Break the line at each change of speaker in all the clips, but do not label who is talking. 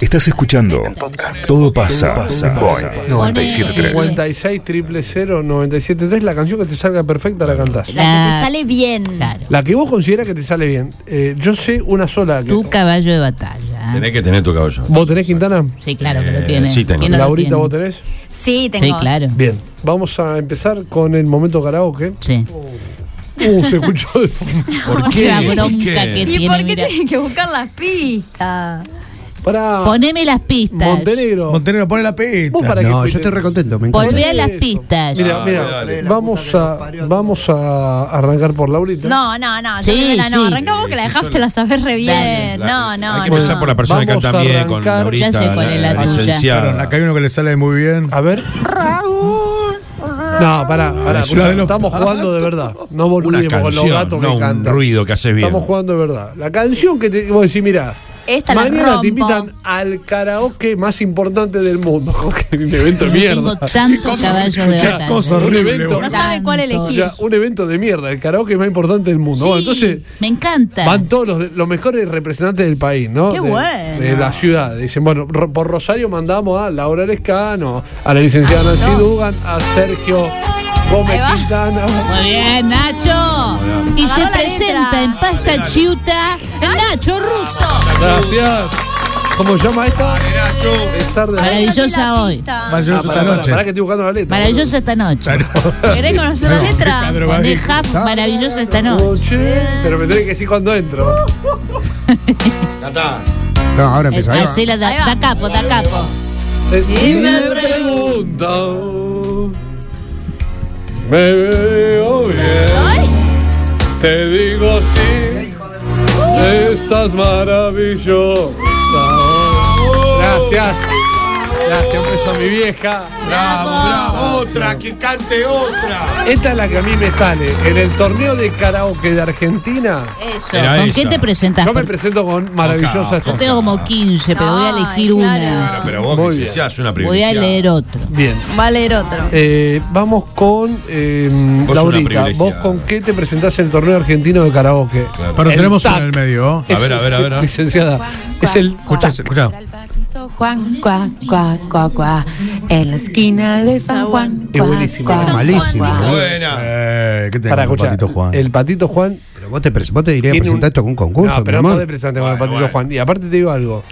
Estás escuchando Todo pasa en Boeing 973.
56 triple 0 973, la canción que te salga perfecta la cantás.
La que te
La-
sale bien.
Claro.
La que vos consideras que te sale bien. Eh, yo sé una sola. Que
Tu caballo de batalla.
Tenés que tener tu caballo.
¿Vos tenés Quintana?
Sí, claro que
Eh,
lo tiene.
sí tengo.
¿Quién no lo
Laurita,
tiene?
¿vos tenés?
Sí, tengo.
Sí, claro.
Bien. Vamos a empezar con el momento karaoke.
Sí.
Uh, se escuchó de fondo.
¿Por
La
qué? ¿Por
bronca que
qué?
¿Y por
tiene.
qué
mira.
tienen que buscar las pistas?
Para
Poneme las pistas.
Montenegro.
Montenegro, pone la peta.
¿Vos para qué
No,
fuiste?
yo estoy recontento, me encanta.
Volvé a las
Eso.
pistas.
Mira, mira,
dale.
vamos a vamos a arrancar por Laurita.
No, no, no. yo
Sí,
creo que la no.
sí.
Arrancamos que la
Sí,
dejaste,
yo-
la sabes re bien.
La-
No, no.
Hay que
no.
empezar por la persona que
Vamos
canta
a
bien con
arrancar.
Laurita.
Ya sé cuál es la tuya.
Perdón, acá hay uno que le sale muy bien.
A ver. No, pará, pará.
La
escuchá,
de los
estamos jugando de verdad. No
Una
volvimos con los gatos
canción,
que
no un
cantan.
ruido que haces bien.
Estamos jugando de verdad. La canción que te, vos decís, mira,
Esta la
mañana te
rompo.
invitan al karaoke más importante del mundo. un evento de
No tengo
mierda.
tanto caballo de
Escuchá,
batalla.
cosa
Un
horrible.
evento.
boludo.
No sabe cuál
Tanto.
elegir.
Ya, un evento de mierda, el karaoke más importante del mundo.
Sí,
Bueno, entonces
me encanta.
van todos los, de- los mejores representantes del país, ¿no?
Qué
de,
bueno.
de la ciudad. Dicen, bueno, ro- por Rosario mandamos a Laura Lescano, a la licenciada Nancy Dugan, a Sergio Gómez
Ah, Ahí va.
Quintana.
Muy bien, Nacho. Y se
Agarró la
presenta
letra.
en pasta chiuta Nacho Russo.
Gracias. ¿Cómo se llama esta? Es tarde.
Maravilla- Maravillosa
Dame la
hoy.
pista.
Maravillosa
Pará,
esta
pará,
noche.
pará que estoy buscando la letra.
Maravillosa esta noche.
¿Querés conocer la letra?
Padre
Poné
Bají.
Half, maravillosa esta noche.
Noche, pero me tenés que decir cuando entro.
No, ahora empezó. ahí va.
Hacela
Ahí
da,
va.
da capo, da capo.
Y
me
pregunto. Me veo bien.
Ay,
Te digo sí. Estás maravillosa. Gracias. Gracias, un beso a mi vieja.
Otra, que cante otra.
Esta es la que a mí me sale. En el torneo de karaoke de Argentina,
Eso.
Era
¿Con qué
esa.
te presentas?
yo me presento con maravillosa
Yo
esta.
tengo como 15, pero voy a
Ay,
elegir
claro.
una.
Ah, Pero
Muy
vos que
bien.
seas una
Voy a
privilegiada.
leer otro.
Bien.
Va a leer otro.
Eh, vamos con eh,
una
Laurita.
privilegiada.
¿Vos con qué te presentás en el torneo argentino de karaoke?
Claro.
Pero
El
tenemos
tac.
una en el medio.
A ver, a ver, a ver. a ver.
Licenciada, es el.
Escucha, escucha.
Juan, cuá, cuá, cuá, cuá. En la esquina de San Juan.
Es buenísimo.
cuá,
Es malísimo.
cuá, cuá.
Buena.
Eh, ¿Qué
Para
tenemos,
escuchar.
Patito Juan?
El patito Juan.
Pero vos te, pres- vos te dirías
tiene un-
presentar esto con un concurso,
No, pero
mi
no
amor.
podés presentarte con el
Bueno,
patito
bueno.
Juan. Y aparte te digo algo.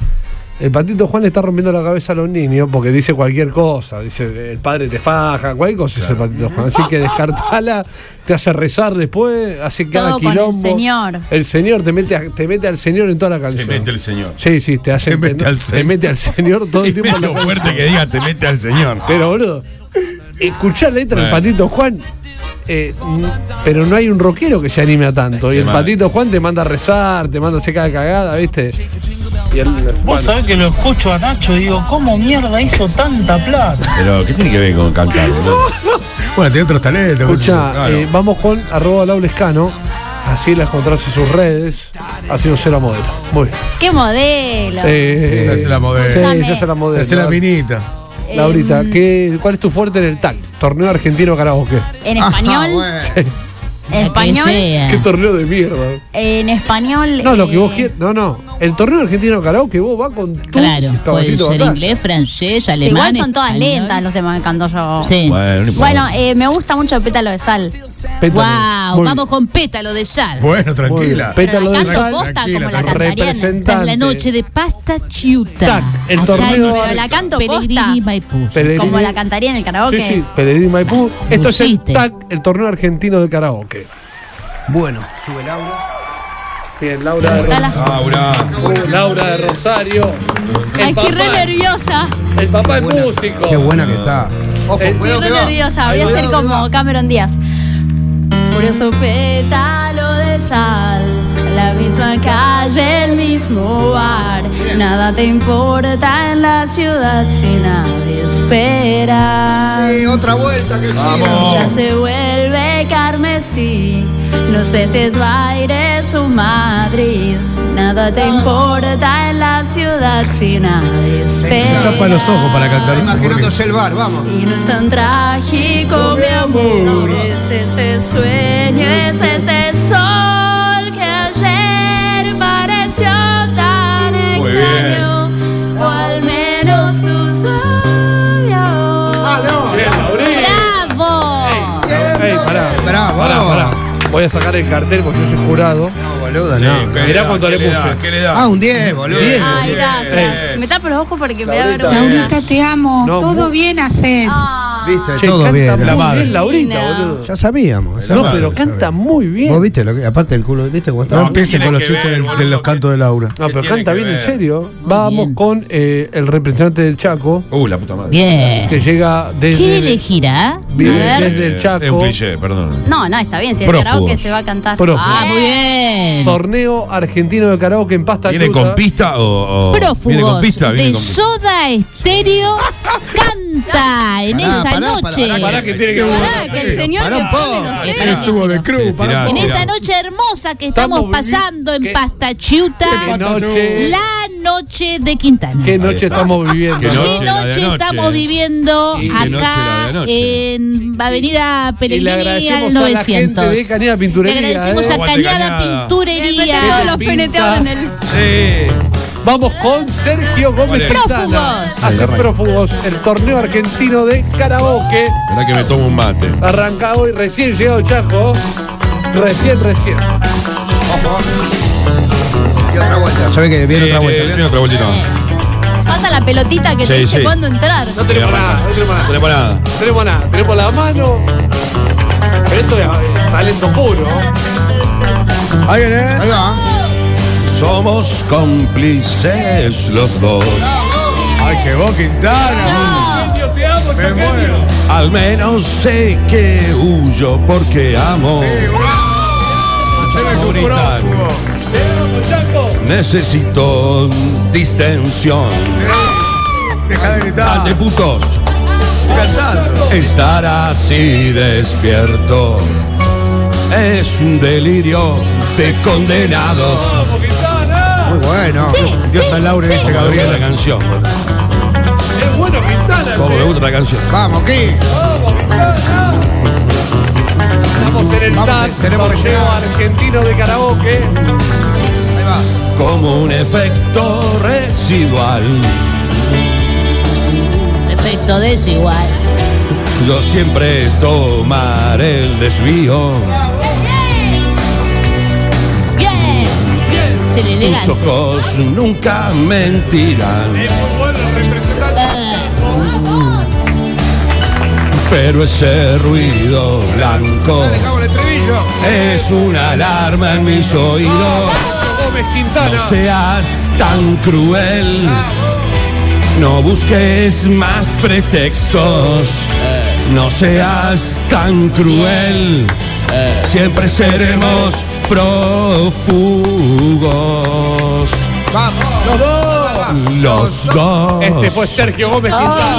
El patito Juan le está rompiendo la cabeza a los niños porque dice cualquier cosa. Dice, el padre te faja, cualquier cosa es el patito Juan. Así que descartala, te hace rezar después, hace cada
Todo con el
quilombo.
señor.
El señor te mete, a- te mete al señor en toda la
Te
canción.
mete el señor.
Sí, sí, te hace.
Te mete
entender-
al
te
señor.
mete al señor todo el tiempo. en la
Lo fuerte que diga, te mete al señor.
Pero boludo, escuchar la letra del
Bueno.
Patito Juan, eh, n- pero no hay un rockero que se anime a tanto. Y el
mal.
Patito Juan te manda a rezar, te manda a hacer cada cagada, ¿viste? Y el-
Vos
bueno,
sabés que lo escucho a Nacho y digo, ¿cómo mierda hizo tanta plata?
Pero, ¿qué tiene que ver con cantar? boludo?
Bueno, tiene otros talentos.
escucha,
Claro.
eh, vamos con arroba laulescano. Así las encontrás en sus redes. Ha sido cero modelo. Muy bien.
¿Qué modelo?
Eh,
Esa es la modelo.
Sí,
Escuchame.
esa es la modelo.
Hace la minita.
Laurita, ¿qué- ¿cuál es tu fuerte en el TAC? Torneo argentino karaoke.
En
Ajá,
español.
bueno.
En
La que
español.
sea.
¿Qué torneo de mierda?
En español.
No, lo que vos
eh,
quieras. No, no. El torneo argentino karaoke, vos vas con tu
Claro, puede
caballito de
ser
batalla.
inglés, francés, alemán.
Igual son todas
español.
lentas los temas que canto yo.
Sí.
Bueno, no importa.
Bueno, eh, me gusta mucho Pétalo de Sal.
Pétalo.
Wow,
Muy
vamos con pétalo de
eh,
sal.
Bueno,
Muy bien.
tranquila.
Pero
Pétalo
la
de
canto
sal.
posta
tranquila,
como la
tranquila.
cantarían.
Esta es la
Representante.
noche de pasta chiuta.
Tac, el
Acá
torneo
en
de-
Pero la canto
Pellegrini
posta.
Maipú.
Pellegrini.
Como la cantaría en el karaoke.
Sí, sí, Pellegrini Maipú. Esto es el
Lucite.
TAC, el torneo argentino de karaoke.
Bueno, sube Laura.
Bien, Laura de
Dala.
Rosario.
Laura.
Laura de Rosario.
Ay,
El
estoy re
papá,
nerviosa.
el papá es músico.
Qué buena que está.
El-
Estoy re nerviosa. Voy a ser como Cameron Díaz. Furioso pétalo de sal. La misma calle, el mismo bar. Nada te importa en la ciudad si nadie espera.
otra vuelta que
Ya
Oh.
se vuelve carmesí. No sé si es Baires o Madrid. Nada
Ah.
te importa en la ciudad si nadie espera.
tapa los ojos para cantar eso.
Imaginándose el bar, vamos.
Y no es tan trágico, mi amor. Es ese sueño, es este sol que ayer pareció tan
Muy
extraño. O a
Ah, Voy a sacar el cartel porque ese jurado.
No, boludo,
Sí,
no.
¿qué
Mirá
da?
cuánto
¿Qué
le
da?
puse.
¿Qué le da?
Ah, un 10, boludo.
Bien.
Ay, Ah, gracias.
Eh.
Me tapa los ojos porque me da
Laurita,
vergüenza.
eh.
te amo.
No, mu-
bien haces.
Ah.
Viste,
Che,
todo
canta
bien.
muy
La madre.
bien Laurita,
Divina.
boludo.
Ya sabíamos. ya
No,
sabíamos.
pero canta muy
Vos
bien.
viste lo que. Aparte el culo, ¿viste? cómo está?
No,
No,
empiecen
tiene
con los
que
chistes
ver,
del- de,
boludo,
los
que-
cantos de Laura.
No, pero
¿Qué tiene
canta
que
bien, en
ver?
serio. Vamos
bien.
con eh, el representante del Chaco,
Uh, la puta madre.
Bien.
que llega
Eh. ¿Qué
desde,
elegirá?
bien,
A ver.
desde el
Eh,
Chaco.
Es un cliché, perdón.
No, no, está bien. Si el
Prófugos.
karaoke se va a cantar.
Prófugos.
Ah,
Ah, muy bien.
Torneo argentino de karaoke en pasta
¿Viene
truta.
con pista o.? o- ¿Viene con
Prófugos
pista?
de
¿Viene con pista?
Soda Estéreo canta en
Pará,
esta
pará,
noche.
pará, pará,
que tiene que-
Pará, que el señor
Pará
que
un
pone
poco.
los
Que
Este
temas.
de
Sí, tirá,
En
tirá.
esta noche hermosa que
Estamos
estamos,
vivi-
pasando en
¿Qué?
Pastachiuta,
Qué noche.
la noche de Quintana.
¿Qué noche
está.
estamos viviendo?
Qué
¿Qué
noche,
noche,
la de anoche.
estamos viviendo
Y qué noche, la de
acá
anoche.
en Avenida
Y le
Pellegrini
agradecemos
al
a la gente
900?
de Cañada
Le
Pinturería.
agradecemos
¿eh?
a
Aguante
Cañada
Y
Cañada.
de repente
Pinturería.
todos los
Pinta.
peneteaban en el.
Sí.
Vamos con Sergio Gómez
Prófugos.
Quintana. Hace prófugos el torneo argentino de karaoke.
Verá que me tomo un mate.
Arrancado hoy, recién llegado Chaco. Recién, recién.
Y otra vuelta. Se ve que viene
Eh,
otra vuelta.
eh,
viene
Viene otra vueltita. más.
Pasa la pelotita que te
Sí,
dice
sí.
cuándo entrar.
No tenemos nada, no tenemos nada.
Tenemos nada.
Tenemos nada, tenemos la mano. Pero esto es eh, talento puro. eh.
Ahí viene.
Ahí va.
Somos cómplices los dos.
Ay, que vos, Quintana.
Yo te amo,
Me muero.
Al menos sé que huyo porque amo.
Haceme
Vamos a
un
brindar.
prófugo.
Chaco.
Necesito distensión.
Deja de
Ah,
gritar.
Dale putos.
cantando.
Estar así despierto es un delirio de condenados.
Muy bueno.
Dios a Laura y dice
Me gusta la
Gabriela.
canción.
Es bueno Quintana.
Como me
che.
gusta la canción.
Vamos, aquí.
Estamos en el
Vamos,
TAR,
tenemos que
torneo
llegar.
argentino de karaoke.
Ahí va.
Como un efecto residual.
Efecto desigual.
Yo siempre tomaré el desvío.
Bien. Se le
Tus
elegante.
ojos nunca mentirán. Pero ese ruido blanco
Dale, cabo el estribillo.
es una alarma en mis oídos.
Gómez
No
Quintana.
seas tan cruel. No busques más pretextos. No seas tan cruel. Siempre seremos prófugos.
Vamos.
Los dos.
Los dos.
Este fue Sergio Gómez Quintana.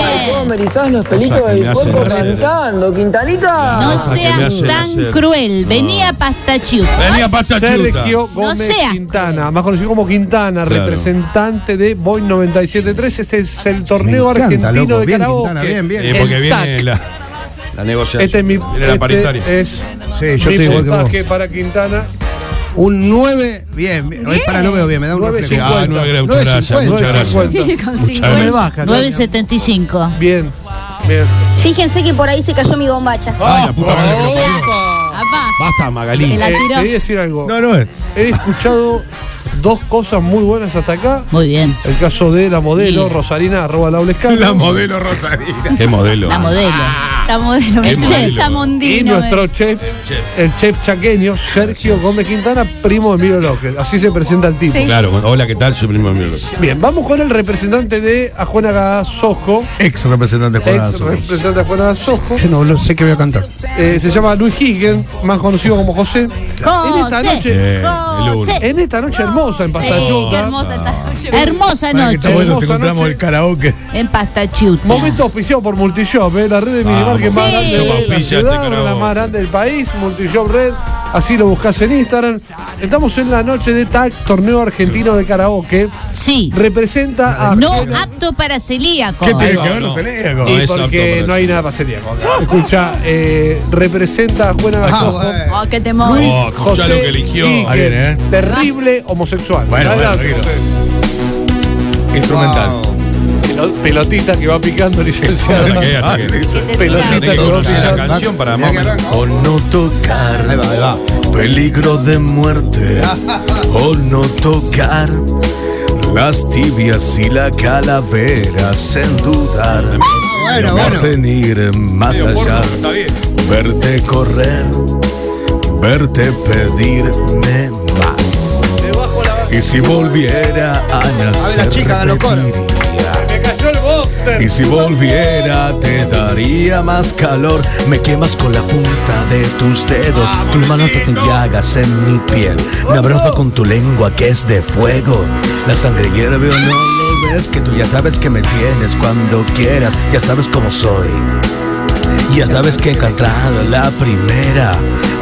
Bien.
los pelitos
que me
del
hacen
cuerpo
hacer.
cantando, Quintanita.
No
que me
seas
hace
tan
hacer.
cruel. Venía Pastachiuta.
Venía pasta
Sergio
chuta.
Gómez
seas
Quintana, más conocido como Quintana,
Claro.
representante de Boy 973. Este es el torneo
Ah, encanta,
argentino
loco.
de
Bien,
karaoke.
Quintana, bien, bien.
Eh,
El
porque viene
TAC.
la, la negociación.
Este es mi
Viene la
este
paritaria.
es
Sí, yo
mi
estoy igual que vos.
puntaje para Quintana.
Un 9. Bien, bien. Ay, Para, no veo bien. Me da un
Nueve,
reflejo.
Ah, no, gracias, muchas gracias.
9.50.
Muchas gracias.
9.50.
Con
Muchas gracias.
50.
baja.
975.
Bien, bien.
Fíjense que por ahí se cayó mi bombacha.
Ay, la puta madre que lo parió.
Opa.
Papá.
Basta, Magalí.
Te la
Eh,
tiró.
te voy a decir algo.
No, no es.
He escuchado dos cosas muy buenas hasta acá.
Muy bien.
El caso de la modelo
Sí.
Rosarina arroba la
La modelo Rosarina.
Qué modelo.
La modelo.
La modelo.
Qué modelo.
Esa mondina.
Y nuestro chef, el chef chaqueño, Sergio Gómez Quintana, primo de Miro López. Así se presenta el tipo.
Sí.
Claro, bueno, hola, ¿qué tal? Soy primo de Milo.
Bien, vamos con el representante de Ajuana Gasojo.
Ex representante
Ex
Juanazo.
representante de Ajuana Gasojo.
Yo no lo sé que voy a cantar.
Eh, se llama Luis Higgins, más conocido como José. En esta
José.
noche,
Eh, el uno.
José.
en esta noche hermosa en
Sí, qué
Pastachuca.
hermosa esta noche.
Hermosa
Para que está
noche.
bueno,
Hermosa
si encontramos
noche.
el karaoke.
En Pastachiuta.
Momento auspiciado por Multishop, eh, la red de minibar que
Vamos.
más
Sí.
grande
Multishop
de la
auspicia este
ciudad, la
karaoke.
más grande del país, Multishop Red, así lo buscas en Instagram. Estamos en la noche de TAC, torneo argentino de karaoke.
Sí.
Representa a
No apto para celíaco.
¿Qué tiene
va,
que ver
no.
los celíacos?
No,
Y
es apto
porque
para
no hay nada para ser Escucha, eh, representa a Juana Gasojo.
bueno.
Oh, qué temor.
Luis
eh. Oh, escuchá
José
lo que eligió.
Higgins,
Ahí viene, ¿eh?
terrible homosexual.
Bueno, bueno,
Adelante,
tranquilo.
José.
Instrumental.
Pelo- Pelotita que va picando, licenciado.
Ataque, ataque.
Que te tira.
Pelotita
Tenés que
que va
escuchar la
picando.
canción para
Mirá
más.
que arranca.
O no tocar. Ahí va, ahí va. peligro de muerte o no tocar las tibias y la calavera sin dudar.
Ah, bueno,
me
bueno.
hacen ir más
Medio porno,
allá.
pero está bien.
Verte correr, verte pedirme más. Y si volviera a nacer,
chicas, hagan los coros.
repetiría.
Me cayó el boxer.
Y si volviera te daría más calor Me quemas con la punta de tus dedos Tus manos te llagas en mi piel Me abroja con tu lengua que es de fuego La sangre hierve o no lo ves Que tú ya sabes que me tienes cuando quieras Ya sabes cómo soy y ya sabes que he cantado la primera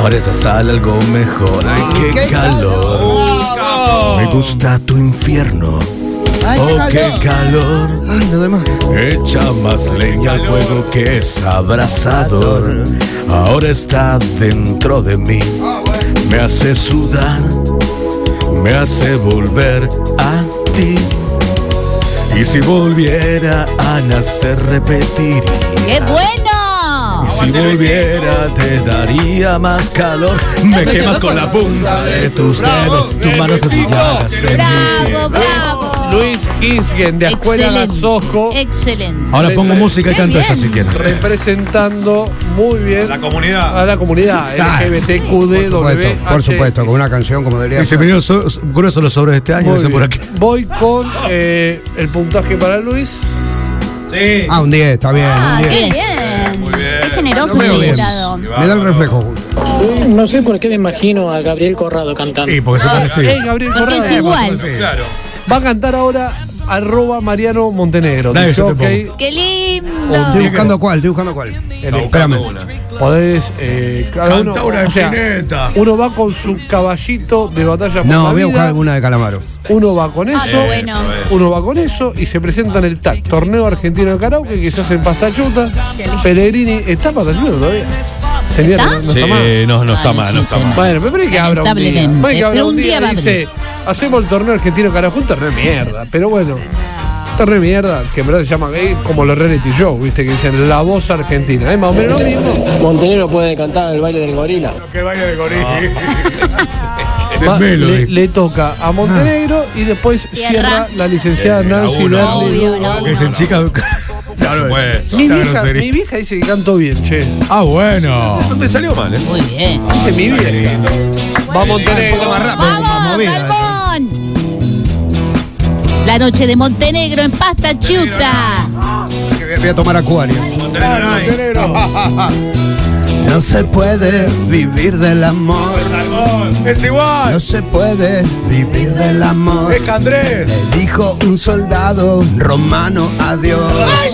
Ahora ya sale algo mejor Ay, qué calor Me gusta tu infierno
Ay,
Oh,
qué
qué
calor.
calor
Ay, no doy más.
Echa más leña al fuego que es abrasador. Ahora está dentro de mí. Me hace sudar, me hace volver a ti. Y si volviera a nacer, repetir.
¡Qué bueno!
Y si volviera, te daría más calor. Me quemas con la punta de tus dedos. Tus manos te pilladas en mi
¡Bravo,
piel.
bravo!
Luis Hinsgen de Escuela La Sojo,
Eh. Excelente.
Ahora pongo música y
Qué
canto
bien.
esta si quieren.
representando muy bien
La comunidad.
a la comunidad
Ah,
LGBTQD.
Por supuesto, por supuesto, con una canción como debería
Dice,
ser.
vinieron so- gruesos los sobres de este año,
Muy
dice por
bien.
aquí.
Voy con eh, el puntaje para Luis.
Sí.
Ah, un 10, está bien,
Ah,
un
qué
10.
bien.
Muy bien.
Qué generoso
Lo veo
el
bien.
jurado.
Me da el reflejo. Julio.
No sé por qué me imagino a Gabriel Corrado cantando.
Sí,
Ah,
porque se parece.
Eh, Gabriel
Porque
Correa.
es igual.
Claro.
Va a cantar ahora arroba Mariano Montenegro.
Dale,
Dice,
yo te
ok,
¡Qué lindo!
Estoy buscando cuál, estoy buscando cuál.
Está
Espérame.
buscando una.
podés. eh, cada uno,
Canta una
o sea,
espineta.
uno va con su caballito de batalla por la
No, voy a
vida,
buscar alguna de Calamaro.
Uno va con
Ah,
eso.
qué bueno.
Uno va con eso y se presenta en el TAC, Torneo Argentino de Karaoke, que se hace en Pastachuta. Pellegrini, ¿está Pastachuta todavía? Señora,
¿Está?
No, no está mal.
no, no está
Ay,
mal, no está mal.
Bueno, pero espere que habrá un día.
Lamentablemente,
Espere que habrá
pero
un
un
día
día va a
y dice, hacemos el torneo argentino carajo, un torneo de mierda. Pero bueno, un torneo de mierda, que en verdad se llama eh, como los reality show, viste, que dicen la voz argentina. Es más o menos lo mismo.
Montenegro puede cantar el baile del gorila.
Que vaya de gorila.
Va-
Melody.
le, le toca
Ah.
a Montenegro y después
Cierra.
cierra la licenciada
la
Nancy
uno, la
Berli.
Obvio, la
Que dicen,
uno.
chicas.
Claro, pues.
Mi
Una
vieja,
grosería.
mi vieja dice que canto bien, che.
Ah, bueno.
Eso te salió mal, ¿eh?
Muy bien.
Dice mi vieja. Va a Montenegro.
¡Vamos, Salmón! La noche de Montenegro en Pasta Chuta.
Voy a tomar acuario. No se puede vivir del amor.
Es igual.
No se puede vivir del amor.
Es que Andrés.
Le dijo un soldado romano a Dios. Ay,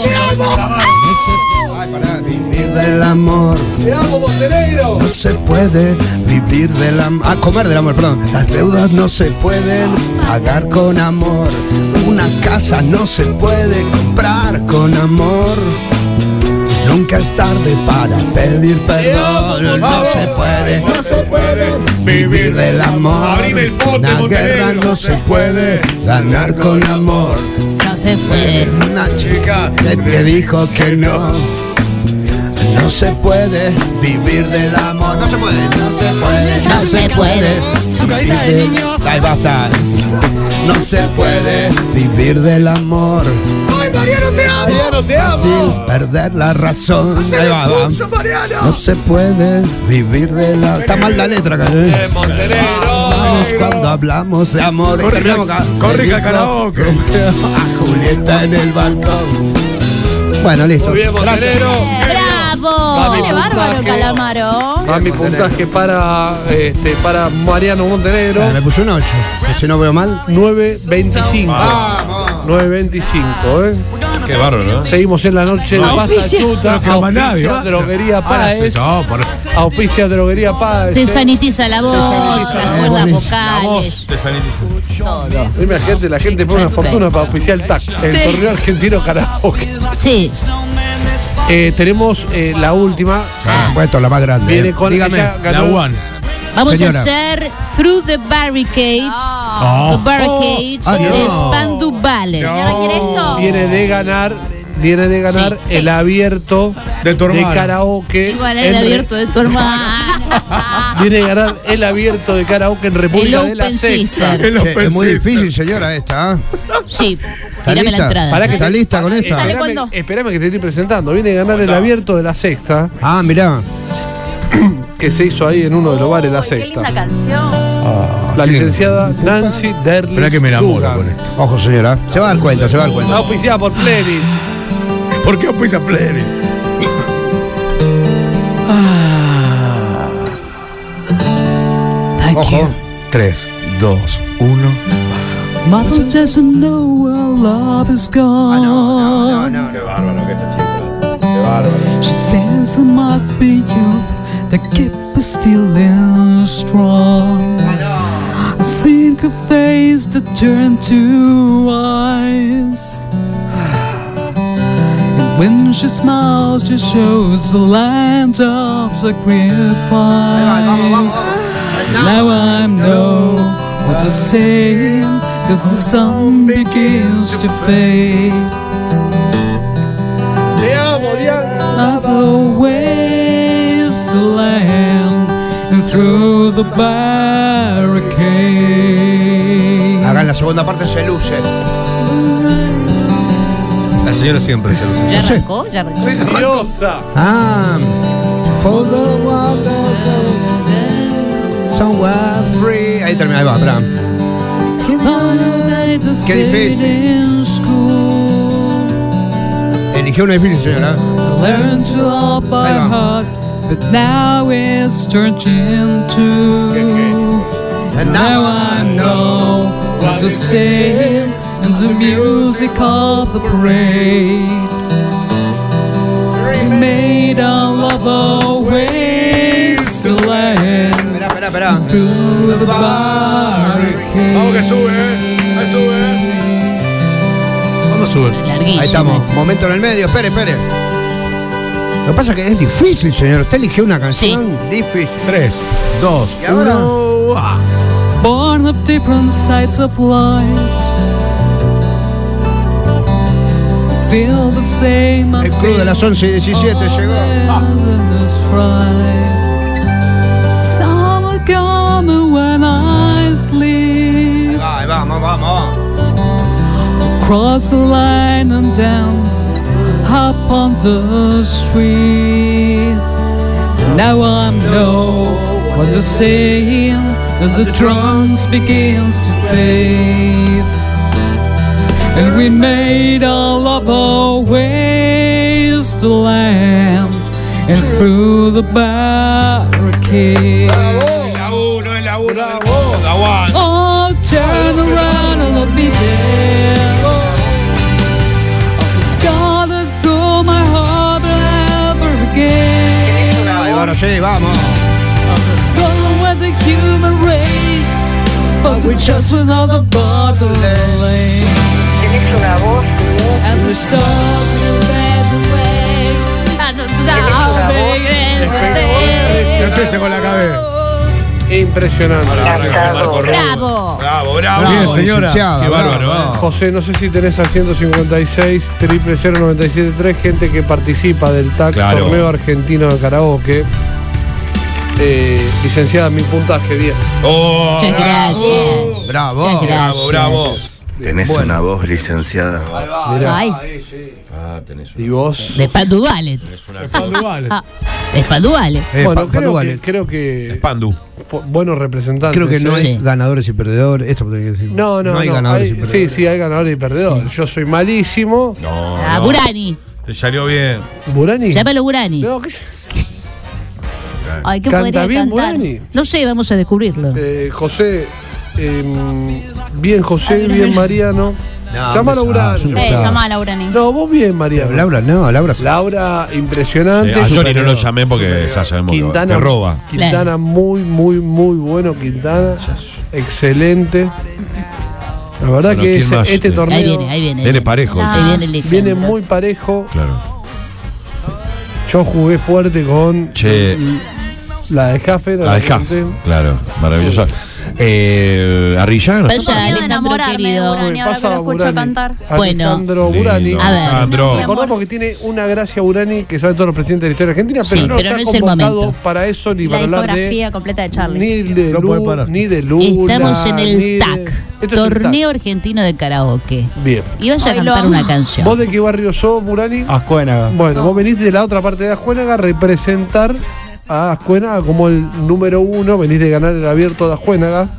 pará, Vivir del amor. No se puede vivir del amor. Ah, comer del amor, perdón. Las deudas no se pueden pagar con amor. Una casa no se puede comprar con amor. Nunca es tarde para pedir perdón. No se puede. Ah, No se puede vivir del amor.
Abrime el pote,
Una
Montenegro.
guerra no se puede ganar con amor.
No se puede.
Una chica que te dijo que no. No se puede vivir del amor. No se puede.
No
No se puede.
se puede.
Su carita de niño. Ahí basta. No se puede vivir del amor. Ay, Mariano, te amo. te amo. Sin perder la razón. Ahí va, va. No se puede vivir del amor. Está mal la letra, cabrón. Vamos cuando hablamos de amor. Este Y terminamos acá.
corre,
Le dijo
karaoke.
A Julieta en el balcón. Bueno, listo.
Muy bien, Montenegro.
¡Bravo!
Tiene bárbaro, Calamaro.
Va mi puntaje para, este, para Mariano Montenegro.
Me puse un 8. Si no veo mal.
9.25.
Vamos.
9.25, ¿eh?
Qué bárbaro, ¿no?
Seguimos en la noche de pasta
Auspicio.
chuta.
que ama nadie,
Auspicia
basta.
droguería
Ah, sí,
Páez.
no, por-
Auspicia droguería Páez.
Te
¿eh?
sanitiza la voz,
sanitiza la
las
voz.
cuerdas
La
vocales.
voz te sanitiza.
Imagínate, la gente pone una fortuna para auspiciar el TAC. El
Sí.
torneo argentino karaoke.
Sí.
Eh, tenemos eh, la última.
Por supuesto, la más grande.
Viene
eh.
con
Dígame.
ella
La
ganó-
One.
Vamos
Señora.
a hacer Through the Barricades.
Oh.
The Barricades
Oh, ah,
de
no.
Spandu Ballet.
¿Quiere esto?
Viene de ganar viene de ganar
Sí, sí.
el abierto
De tu hermano.
karaoke.
Igual el
en Re- Ah.
abierto de tu hermana.
Viene de ganar el abierto de karaoke en República
El
de la
Open
Sexta. Eh,
Sister.
En los
Che, es muy
pensitos.
difícil, señora, esta. ¿ah?
Sí,
¿Está
tirame la
lista?
entrada.
Pará que está lista con esta.
Dale.
Esperame,
cuándo?
esperame que te estoy presentando. Viene de ganar el abierto de la Sexta,
Ah, mirá.
que se hizo ahí en uno de los bares La
Uy, Qué linda
Sexta.
canción.
La licenciada Nancy
Espera
Derlis
que me enamoro
Dugan.
con esto.
Ojo, señora. Se va a dar cuenta, se va a dar
La
cuenta.
auspiciada por Plenit.
¿Por qué pisa Plenny?
Ah.
Ojo.
3, 2, 1.
Ah, no, no, no, no. Ah, Ahí va, Vamos, vamos.
Now I know what to say, cause the sun begins to fade.
Te amo, Diana.
Other ways to land, and through the barricade.
Acá en la segunda parte se luce.
La señora siempre se lo
¿Ya arrancó? ¿Ya arrancó?
Diosa.
Ah. For the world of the- somewhere free. Ahí termina, ahí va, pará. Qué difícil. Eligió una difícil, señora. Ahí va. And now I know what to say.
And the music of the parade made our love always to land
Esperá, esperá, esperá.
through the barricade.
Vamos que sube, que sube.
Vamos a subir.
Larguísimo.
Ahí estamos, momento en el medio, espere, espere. Lo que pasa es que es difícil, señor. Usted eligió una canción difícil.
3, 2,
Y ahora-
1.
born of different sides of life. Feel the same
El club de las 11 y 17 llegó.
Summer coming when I
Ahí
sleep.
va, ahí vamos, vamos.
Cross the line and dance up on the street. Now I know what to say as the drums begins to fade. And we made our love our ways to land and through the barricade.
La uno, en la uno. Aguanta.
Oh, turn around and let me there. Scarlet through my heart ever again.
Ahí va, ahora sí, vamos.
Go with the human race, but we just another borderland. And the stars will fade away. I'll make it
No empiece con la cabeza.
Impresionante.
Marco Rubio.
Bravo.
Bravo, bravo.
Bravo,
señora.
licenciada,
Qué
bravo.
bárbaro, vamos.
José, no sé si tenés al 156 0973 gente que participa del TAC
Claro.
Torneo Argentino de Karaoke. Eh, licenciada, mi puntaje 10.
Oh,
Muchas
bravo.
gracias.
Bravo.
Muchas
Bravo, bravo.
Tenés una voz licenciada.
Mirá,
Ay,
Ah, tenés
y vos.
de Panduvalet. Ah.
una.
De Panduvalet.
Eh,
bueno,
pa-
creo
Patuale.
que, creo que
Ah,
Pandu.
fue- buenos representantes.
Creo que no
¿eh?
hay
Sí.
ganadores y perdedores. Esto tiene que decir.
No, no, no.
hay ganadores
hay-
y
sí,
perdedores.
sí, hay ganador y perdedor. Yo soy malísimo.
No.
A
no.
Ah, Burani.
Te salió bien.
¿Burani?
Llámalo Burani.
No, que-
Ay, ¿qué
¿Canta
podría
bien
cantar?
Burani?
No sé, vamos a descubrirlo.
eh, José. em, bien José, bien Mariano.
No,
Llámalo
no,
Burani.
no,
Eh,
Claro.
llamá a Laura Ni.
No, vos bien, Mariano.
Laura, no, Laura.
Laura,
Eh,
impresionante.
a Johnny no
superior.
lo llamé porque ya sabemos que- que,
Quintana,
roba.
Quintana
Claro.
muy, muy, muy bueno. Quintana, excelente. La verdad
Bueno,
que
¿quién
ese-
más?
este
Eh,
torneo
Ahí viene, ahí viene. ahí
Viene
viene.
parejo.
Ahí viene el listo.
viene muy parejo.
Claro.
Yo jugué fuerte con
Che.
la de Jaffe. Ah,
La de Jaff. Claro, maravillosa.
Eh, Arrillano.
Yo tengo miedo de enamorarme de Burani ahora que
Pasa
lo escucho
Burani.
cantar.
Bueno.
Alejandro
Lindo.
Burani.
A ver.
Ah,
Alejandro.
Recordamos que tiene una gracia Burani que sabe todos los presidentes de la historia argentina, pero
Sí,
no
pero
está
no es el
convocado
momento.
para eso ni
La
para hablar de.
discografía completa de Charlie.
Ni de,
No puede
Lu-
parar.
ni de Luna.
Estamos en
ni de-
el TAC,
Esto Este es el TAC.
Torneo Argentino de Karaoke.
Bien.
Y vaya a
Ay, lo
cantar
amo.
una canción.
¿Vos de qué barrio sos, Burani?
Ascuénaga.
Bueno, vos venís de la otra parte de Ascuénaga a representar a Ascuénaga como el número uno. Venís de ganar el abierto de Ascuénaga.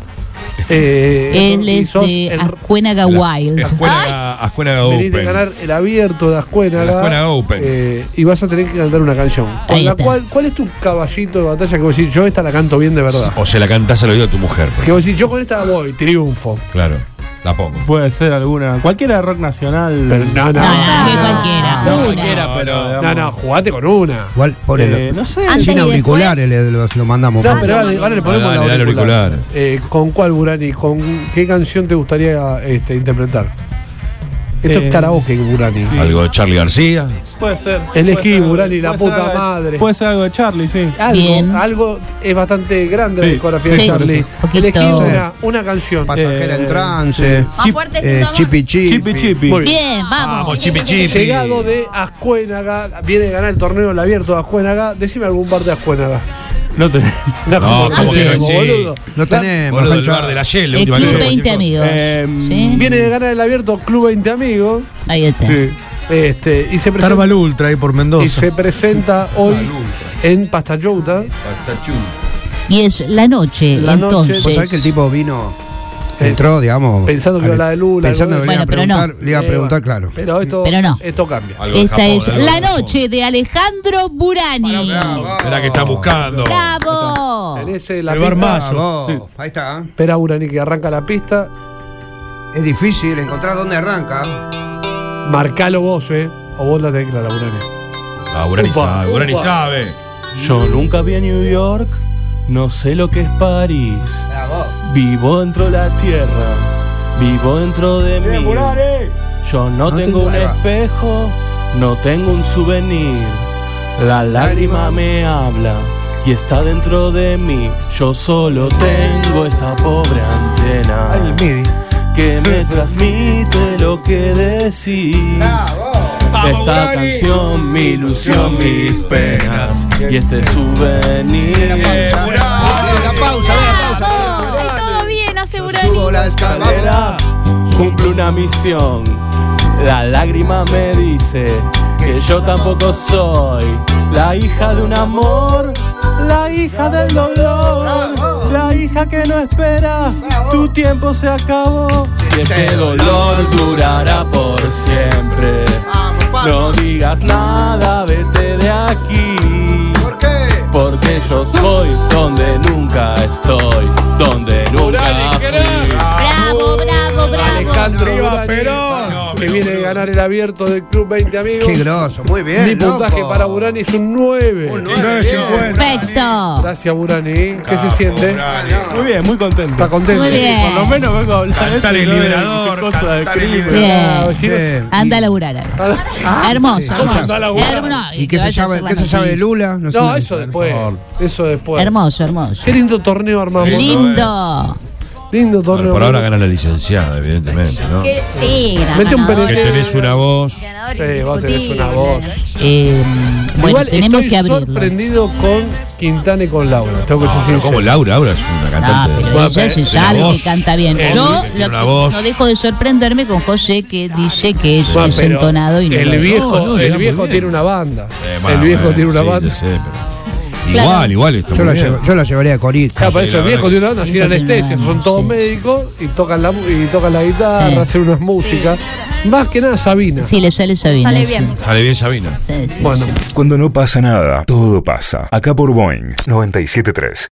Eh,
Él
y
es
sos
de
el-
Ascuénaga Wild.
Ascuénaga Ascuénaga
Venís de ganar
Open.
el abierto de Ascuénaga.
El Ascuénaga Open.
eh, y vas a tener que cantar una canción. Con
Ahí
la
está.
cual, ¿Cuál es tu caballito de batalla que vos decís, yo esta la canto bien de verdad?
O se la cantás al oído a tu mujer. por
Que vos decís, yo con esta voy, triunfo.
Claro, la pongo.
Puede ser alguna. Cualquiera de rock nacional.
Pero no, no.
No, no, que
No,
cualquiera.
no,
una.
cualquiera, pero.
no,
no,
digamos,
jugate con una.
Igual, por
eh,
el.
no sé.
Antes
Sin
y después.
auriculares le- los- lo mandamos.
No,
por-
pero ahora, le- ahora le ponemos
Dale,
la
dale,
auricular.
auricular.
Eh, ¿Con cuál, Burani? ¿Con qué canción te gustaría este, interpretar? Esto
Eh,
es karaoke, Burani.
Algo de Charlie García.
Puede ser.
Elegí,
puede ser algo-
Burani, la
puede ser
puta
algo de-
madre.
Puede ser algo de Charlie, sí.
Algo,
Bien.
algo es bastante grande la
Sí,
discografía
sí,
de Charlie.
poquito.
Elegí una, una canción.
Pasajera
Eh,
en trance.
Más
Chip-
fuerte,
eh,
Sintoma.
chipi chipi.
Chipi Chipi.
Muy bien.
Bien, vamos.
chipi
Llegado de Ascuénaga, viene a ganar el torneo el abierto de Ascuénaga. Decime algún bar de Ascuénaga.
No te.
No,
No, ¿cómo
como que
que no
tengo,
existe?
boludo.
No
Da-
tenemos.
Boludo, el
Pancho.
bar de la Shell, la
El
última que
Club
hizo.
20 Amigos.
Eh,
¿Sí?
Viene de ganar el abierto Club 20 Amigos.
Ahí está.
Este, y se presenta,
Tarval Ultra ahí por
y
Mendoza.
se presenta hoy en Pastayouta.
Y es la noche,
La noche,
entonces.
Vos sabés que el tipo vino. Entró, digamos.
Pensando que iba a la de Lula.
Pensando que
algo de
le iba
Bueno,
a
pero
preguntar. Le iba a
Eh,
preguntar,
bueno.
claro.
Pero esto,
Pero no.
esto cambia.
Algo de
Esta
Japón,
es
algo de
La
Japón.
Noche de Alejandro Burani.
Es la que está buscando.
¡Bravo!
Tenés eh, la
El bar
pista.
más.
Bravo. Ah, Ahí está. ¿eh?
Espera Urani que arranca la pista.
Es difícil encontrar dónde arranca.
Marcalo vos, eh. O vos la tenés clara, Urani.
Ah, Burani
Upa,
sabe, Burani
upa.
sabe.
Yo nunca vi a New York, no sé lo que es París. Vivo dentro de la tierra, vivo dentro de mí. Yo no,
No
tengo
tengo-
un
ahí va.
espejo, no tengo un souvenir. La lágrima
Lágrima.
me habla y está dentro de mí. Yo solo tengo esta pobre antena
El MIDI.
que me transmite lo que decís. Esta canción, mi ilusión, mis penas y este souvenir.
La pausa, la pausa.
Ay, todo bien, hace Burani.
Subo la escalera.
Cadera, Cumple una misión. La lágrima me dice que yo tampoco soy la hija de un amor, la hija del dolor, la hija que no espera. Tu tiempo se acabó. Si este dolor durará por siempre, no digas nada, vete de aquí.
¿Por qué?
Porque yo soy donde nunca estoy, donde nunca fui.
¡Bravo, bravo, bravo!
Alejandro Urani, que viene a ganar el abierto del Club 20 Amigos.
Qué groso, muy bien.
Mi puntaje
loco.
para Burani es un 9.
Un nueve, bien.
Perfecto.
Gracias, Burani. ¿Qué se
Capo,
siente?
Burani.
Muy bien, muy contento.
Está contento.
Muy bien.
Por lo menos vengo a hablar de
Cantar
esto y
el
no de
liberador,
cosa de
cantar el
crimen.
liberador.
Bien.
Sí,
Che,
Anda a
y-
laburar. Hermoso.
¿Cómo
hermoso.
anda a
laburar?
Hermoso.
¿Y qué
que
se,
vaya a
sabe,
hacer
qué
la
se sabe de
noticia.
Lula? sé.
No, eso después. Eso después.
Hermoso, hermoso.
Qué lindo torneo armamos.
Qué
Lindo.
Lindo torneo.
Bueno, por ahora gana la licenciada, evidentemente, ¿no?
Que- Sí, gran
Mete un
ganador.
Que tenés una voz.
Ganador
Sí, vos tenés una
indiscutible.
voz.
Eh, bueno,
Igual
tenemos
estoy
que abrirlo.
sorprendido con Quintana y con Laura. Tengo que ser
Pero
sincero.
como Laura, Laura es una
No,
cantante. de-
Ah, pero
Bueno,
eh,
ella se
tiene
sabe
una
que
voz.
canta bien.
Eh,
Yo
tiene
lo
una
que
voz.
no dejo de sorprenderme con José que dice que es
Bueno, pero
desentonado y no lo
el
es.
viejo,
No, no, le da
el
muy
viejo
bien.
tiene una banda.
Eh,
el
bueno,
viejo
bueno,
tiene una
sí,
banda.
ya sé, pero-
Claro.
Igual, igual, está
Yo
muy
eh.
la,
bien.
llevo- yo la llevaría a Corita.
Ah, para eso
la
el viejo
verdad
tiene una banda sin
Nunca tiene
anestesia.
una
Son
banda,
todos
sí.
médicos y tocan la, mu- y tocan la guitarra,
Sí.
hacen unas músicas. Más que nada Sabina.
Sí, le sale Sabina.
Sale
sí.
bien.
Sale bien Sabina.
Sí, sí,
Bueno.
Cuando no pasa nada, todo pasa. Acá por Boeing 973.